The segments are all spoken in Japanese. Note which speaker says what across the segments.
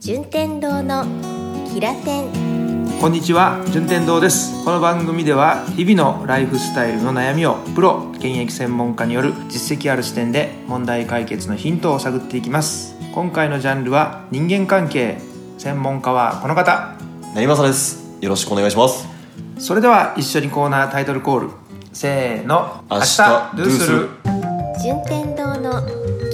Speaker 1: 順天堂のキラテン
Speaker 2: こんにちは順天堂ですこの番組では日々のライフスタイルの悩みをプロ現役専門家による実績ある視点で問題解決のヒントを探っていきます今回のジャンルは人間関係専門家はこの方
Speaker 3: 成政ですよろしくお願いします
Speaker 2: それでは一緒にコーナータイトルコールせーの
Speaker 3: 明日
Speaker 2: ドゥす
Speaker 3: ドゥ
Speaker 2: る
Speaker 1: 順天堂の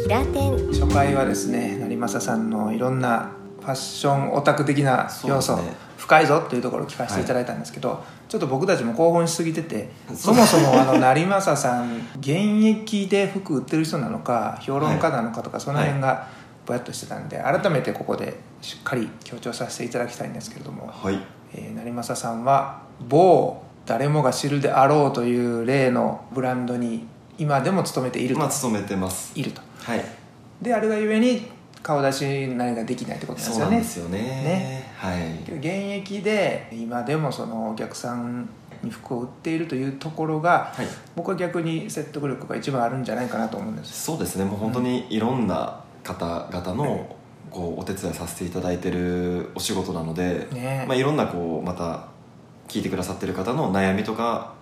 Speaker 1: キラテン
Speaker 2: 初回はですね成政さんのいろんなファッションオタク的な要素、
Speaker 3: そうですね
Speaker 2: 深いぞというところを聞かせていただいたんですけど、ちょっと僕たちも興奮しすぎててそもそもあの成政さん現役で服売ってる人なのか評論家なのかとか、その辺がぼやっとしてたんで改めてここでしっかり強調させていただきたいんですけれども、
Speaker 3: はい
Speaker 2: えー成政さんは某誰もが知るであろうという例のブランドに今でも勤めていると、
Speaker 3: 今勤めてます
Speaker 2: いると。
Speaker 3: はい
Speaker 2: であれがゆえに顔出し何ができないってことなんで
Speaker 3: そ
Speaker 2: す
Speaker 3: う
Speaker 2: よ
Speaker 3: なん
Speaker 2: ね
Speaker 3: ですよね
Speaker 2: ね
Speaker 3: はい
Speaker 2: けど現役で今でもそのお客さんに服を売っているというところが、
Speaker 3: はい
Speaker 2: 僕は逆に説得力が一番あるんじゃないかなと思うんです
Speaker 3: そうですねもう本当にいろんな方々のこうお手伝いさせていただいてるお仕事なので、
Speaker 2: ね
Speaker 3: まあ、いろんなこうまた聞いてくださってる方の悩みとか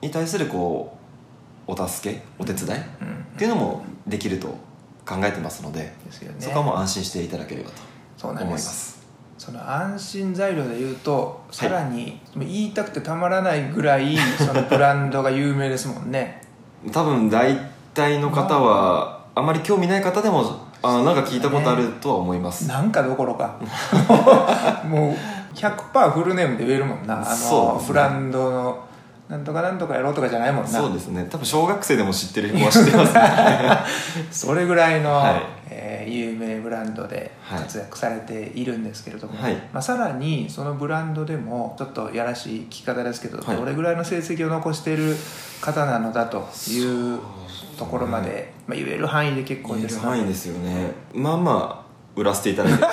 Speaker 3: に対するこうお助けお手伝いっ
Speaker 2: うん
Speaker 3: ていうのもできると考えてますので、
Speaker 2: ですよね
Speaker 3: そこはもう安心していただければと
Speaker 2: そうなん
Speaker 3: 思いま
Speaker 2: です
Speaker 3: す
Speaker 2: その安心材料で言うとさらに、もう言いたくてたまらないぐらいそのブランドが有名ですもんね
Speaker 3: 多分大体の方はあまり興味ない方でもあなんか聞いたことあるとは思います、
Speaker 2: なんかどころ かもう100%フルネームで言えるもんなあ
Speaker 3: そう
Speaker 2: の、
Speaker 3: ですね
Speaker 2: ブランドのなんとかなんとかやろうとかじゃないもんな
Speaker 3: そうですね多分小学生でも知ってる人は知ってますね
Speaker 2: それぐらいの、
Speaker 3: はい
Speaker 2: えー有名ブランドで活躍されているんですけれども、
Speaker 3: はい
Speaker 2: まあ、さらにそのブランドでもちょっとやらしい聞き方ですけど、
Speaker 3: はい
Speaker 2: どれぐらいの成績を残している方なのだというところまで、まあ、言える範囲で結構
Speaker 3: 言え
Speaker 2: で
Speaker 3: る
Speaker 2: す
Speaker 3: 範囲ですよねまあまあ売らせていただ いて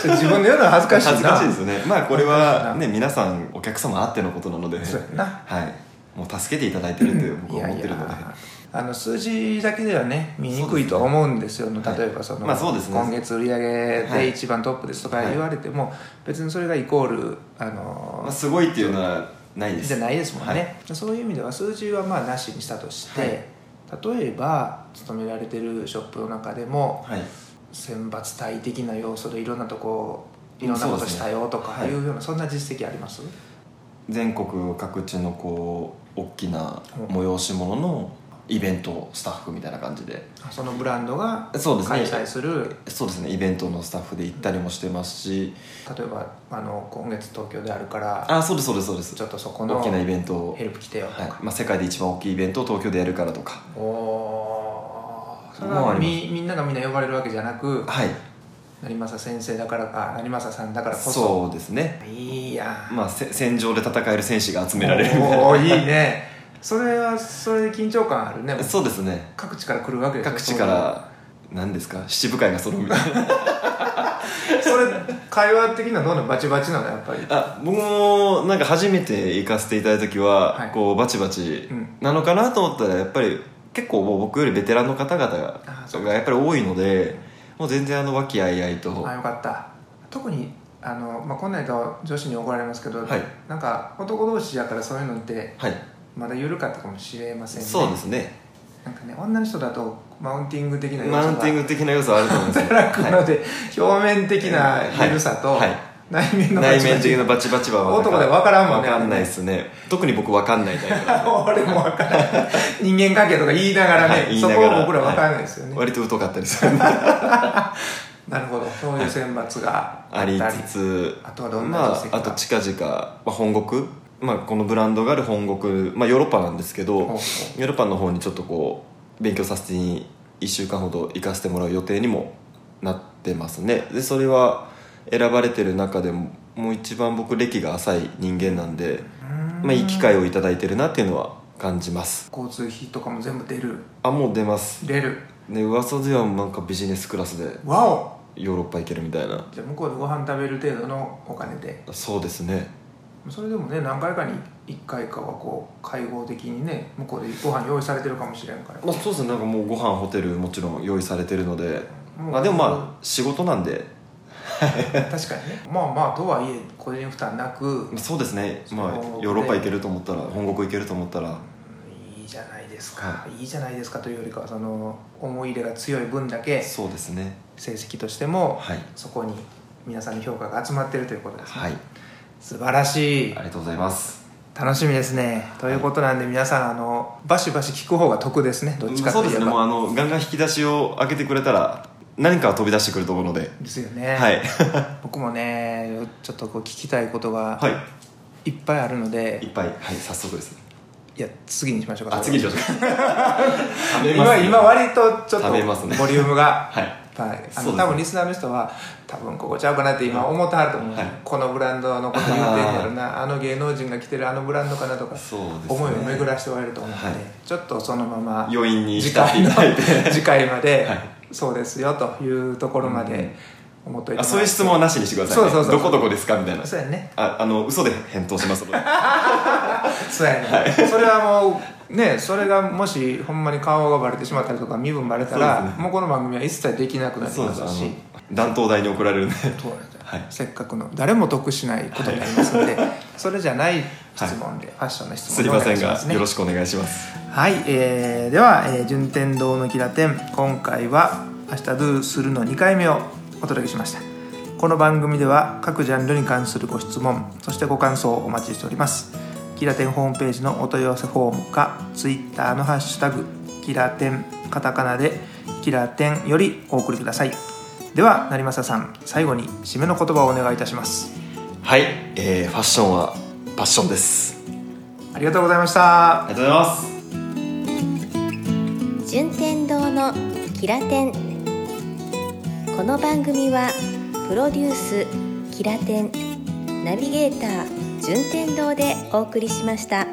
Speaker 2: それ自分で言うのは恥ずかしいな
Speaker 3: 恥ずかしいですねまあこれは
Speaker 2: 恥
Speaker 3: ね皆さんお客様あってのことなので
Speaker 2: そうやな
Speaker 3: はいもう助けていただいてるって僕は思ってるので
Speaker 2: いやいやあの数字だけではね見にくいとは思うんですよ
Speaker 3: すね
Speaker 2: 例えばその、
Speaker 3: まあそうですね
Speaker 2: 今月売り上げ
Speaker 3: は
Speaker 2: で
Speaker 3: い
Speaker 2: 一番トップですとか
Speaker 3: はい
Speaker 2: 言われても、別にそれがイコールあの、
Speaker 3: まあ、すごいっていうのはないです
Speaker 2: じゃないですもんね、
Speaker 3: はい
Speaker 2: そういう意味では数字はまあなしにしたとして、
Speaker 3: はい
Speaker 2: 例えば勤められてるショップの中でも
Speaker 3: はい
Speaker 2: 選抜隊的な要素でいろんなとこいろんなことしたよとか
Speaker 3: そう
Speaker 2: い
Speaker 3: ですね
Speaker 2: うようなそんな実績あります、
Speaker 3: 全国各地のこう大きな催し物のイベントスタッフみたいな感じで
Speaker 2: そのブランドが
Speaker 3: そうですね
Speaker 2: 開催する
Speaker 3: そうですねイベントのスタッフで行ったりもしてますし
Speaker 2: 例えばあの今月東京であるから
Speaker 3: あそうですそうですそうです
Speaker 2: ちょっとそこの
Speaker 3: 大きなイベントを
Speaker 2: ヘルプ来てよとか、
Speaker 3: はいまあ、世界で一番大きいイベントを東京でやるからとか
Speaker 2: おおーそれ
Speaker 3: もう
Speaker 2: は
Speaker 3: あります
Speaker 2: みみんながみんな呼ばれるわけじゃなく
Speaker 3: はい
Speaker 2: 成政先生だからあ成政さんだからこそ
Speaker 3: そうですね
Speaker 2: いいやん
Speaker 3: まあせ戦場で戦える戦士が集められるみたい
Speaker 2: おーいいねそれはそれで緊張感あるね
Speaker 3: な そうですね
Speaker 2: 各地から来るわけでしょ
Speaker 3: 各地から何ですか七部会が揃うみた いな
Speaker 2: それ会話的などんどんバチバチなのやっぱり
Speaker 3: あ僕もなんか初めて行かせていただいた時は、
Speaker 2: はい
Speaker 3: こうバチバチ
Speaker 2: うん
Speaker 3: なのかなと思ったらやっぱり結構もう僕よりベテランの方々が
Speaker 2: あそう
Speaker 3: がやっぱり多いのでもう全然あの和気あいあいと
Speaker 2: あよかった特にあの、まあ、こんないと女子に怒られますけど、
Speaker 3: はい
Speaker 2: なんか男同士やからそういうのって
Speaker 3: はい、
Speaker 2: まだ緩かったかもしれませんね
Speaker 3: そうですね
Speaker 2: なんかね女の人だとマウンティング的な要素が
Speaker 3: マウンティング的な要素あると思うんですよ
Speaker 2: 働くので、表面的な
Speaker 3: はい
Speaker 2: 緩さと、
Speaker 3: はい
Speaker 2: 内面の
Speaker 3: 内面的な
Speaker 2: バチバ
Speaker 3: バチバチは
Speaker 2: 男で分からんもんね
Speaker 3: 分かんないですね特に僕分かんないタイプ
Speaker 2: チ俺も分から ない人間関係とか言いながらね、
Speaker 3: はい言い
Speaker 2: そ
Speaker 3: な
Speaker 2: こ
Speaker 3: が
Speaker 2: を
Speaker 3: ら
Speaker 2: 僕ら分からないですよね、
Speaker 3: 割と疎かった りするんで
Speaker 2: なるほどそういう選抜があ
Speaker 3: あ
Speaker 2: ったり、
Speaker 3: りつつ
Speaker 2: あとはどんな
Speaker 3: ま
Speaker 2: 実績
Speaker 3: あ、
Speaker 2: が
Speaker 3: あと近々、まあ、本国、まあ、このブランドがある本国、まあ、ヨーロッパなんですけど
Speaker 2: ほうほ
Speaker 3: ヨーロッパの方にちょっとこう勉強させてに1週間ほど行かせてもらう予定にもなってますねでそれは選ばれてる中でももう一番僕歴が浅い人間なんで、まあ、いい機会をいただいてるなっていうのは感じます
Speaker 2: 交通費とかも全部出る
Speaker 3: あもう出ます
Speaker 2: 出る
Speaker 3: ね噂ではなんかビジネスクラスで
Speaker 2: わお
Speaker 3: ヨーロッパ行けるみたいな
Speaker 2: じゃあ向こうでご飯食べる程度のお金で
Speaker 3: そうですね
Speaker 2: それでもね何回かに1回かはこう会合的にね向こうでご飯用意されてるかもしれんから
Speaker 3: まあそうですねなんかもうご飯ホテルもちろん用意されてるので
Speaker 2: もう
Speaker 3: あでもまあ仕事なんで
Speaker 2: 確かにねまあまあとはいえ個人負担なく
Speaker 3: まあそうですねまあ
Speaker 2: そう
Speaker 3: ヨーロッパ行けると思ったら本国行けると思ったら
Speaker 2: いいじゃないですか、、
Speaker 3: はい
Speaker 2: いじゃないですかというよりかはその思い入れが強い分だけ
Speaker 3: そうですね
Speaker 2: 成績としても
Speaker 3: はい
Speaker 2: そこに皆さんの評価が集まっているということですね、
Speaker 3: はい
Speaker 2: 素晴らしい
Speaker 3: ありがとうございます
Speaker 2: 楽しみですねということなんで皆さんあのバシバシ聞く方が得ですねどっちか
Speaker 3: そ
Speaker 2: と
Speaker 3: うで
Speaker 2: いえ
Speaker 3: すねもう
Speaker 2: ば
Speaker 3: あのガンガン引き出しを開けてくれたら何かは飛び出してくると思うので
Speaker 2: ですよね、
Speaker 3: はい
Speaker 2: 僕もねちょっとこう聞きたいことが
Speaker 3: はい
Speaker 2: いっぱいあるので、
Speaker 3: いっぱいはい早速ですね
Speaker 2: い、や次にしましょうか
Speaker 3: あ次にしましょう か食べます
Speaker 2: 今
Speaker 3: ね
Speaker 2: 今割とちょっと
Speaker 3: 食べますね
Speaker 2: ボリュームが
Speaker 3: はい
Speaker 2: はい、あ
Speaker 3: そ
Speaker 2: の
Speaker 3: うですね
Speaker 2: 多分リスナーの人は多分ここちゃうかなって今思ってはると思う、
Speaker 3: はい
Speaker 2: このブランドのこと言ってんやろなあの芸能人が着てるあのブランドかなとか
Speaker 3: そうですね
Speaker 2: 思いを巡らしておられると思うので、
Speaker 3: はい
Speaker 2: ちょっとそのまま
Speaker 3: 余韻に
Speaker 2: 次
Speaker 3: 浸って
Speaker 2: 回
Speaker 3: い
Speaker 2: の
Speaker 3: ただいて
Speaker 2: 次回まで、
Speaker 3: はい
Speaker 2: そうですよというところまで思っといてもらって
Speaker 3: あそういう質問はなしにしてください、ね、
Speaker 2: そうそうそう
Speaker 3: どこどこですかみたいな
Speaker 2: そうやね
Speaker 3: ああの嘘で返答しま すので
Speaker 2: そうやね、それはもうねそれがもしほんまに顔がバレてしまったりとか身分バレたら
Speaker 3: そうですね
Speaker 2: もうこの番組は一切できなくなり
Speaker 3: そう
Speaker 2: ま
Speaker 3: です
Speaker 2: す
Speaker 3: あの
Speaker 2: し
Speaker 3: 断頭台に送ら れるんで
Speaker 2: そうなんですよ
Speaker 3: はい
Speaker 2: せっかくの誰も得しないことになりますので、それじゃない質問で、ファッションの質
Speaker 3: す
Speaker 2: 問
Speaker 3: い
Speaker 2: でお
Speaker 3: ま
Speaker 2: 願
Speaker 3: せ
Speaker 2: い
Speaker 3: ん
Speaker 2: し
Speaker 3: が、
Speaker 2: ますね
Speaker 3: よろしくお願いします
Speaker 2: はい、えーでは、えー順天堂のキラテン今回は「明日ドゥする」の2回目をお届けしましたこの番組では各ジャンルに関するご質問そしてご感想をお待ちしておりますキラテンホームページのお問い合わせフォームか Twitter の「ハッシュタグキラテン」カタカナで「キラテン」よりお送りくださいでは成政さん最後に締めの言葉をお願いいたします
Speaker 3: はい、えー、ファッションはパッションです
Speaker 2: ありがとうございました
Speaker 3: ありがとうございます
Speaker 1: 順天堂のキラテンこの番組はプロデュースキラテンナビゲーター順天堂でお送りしました。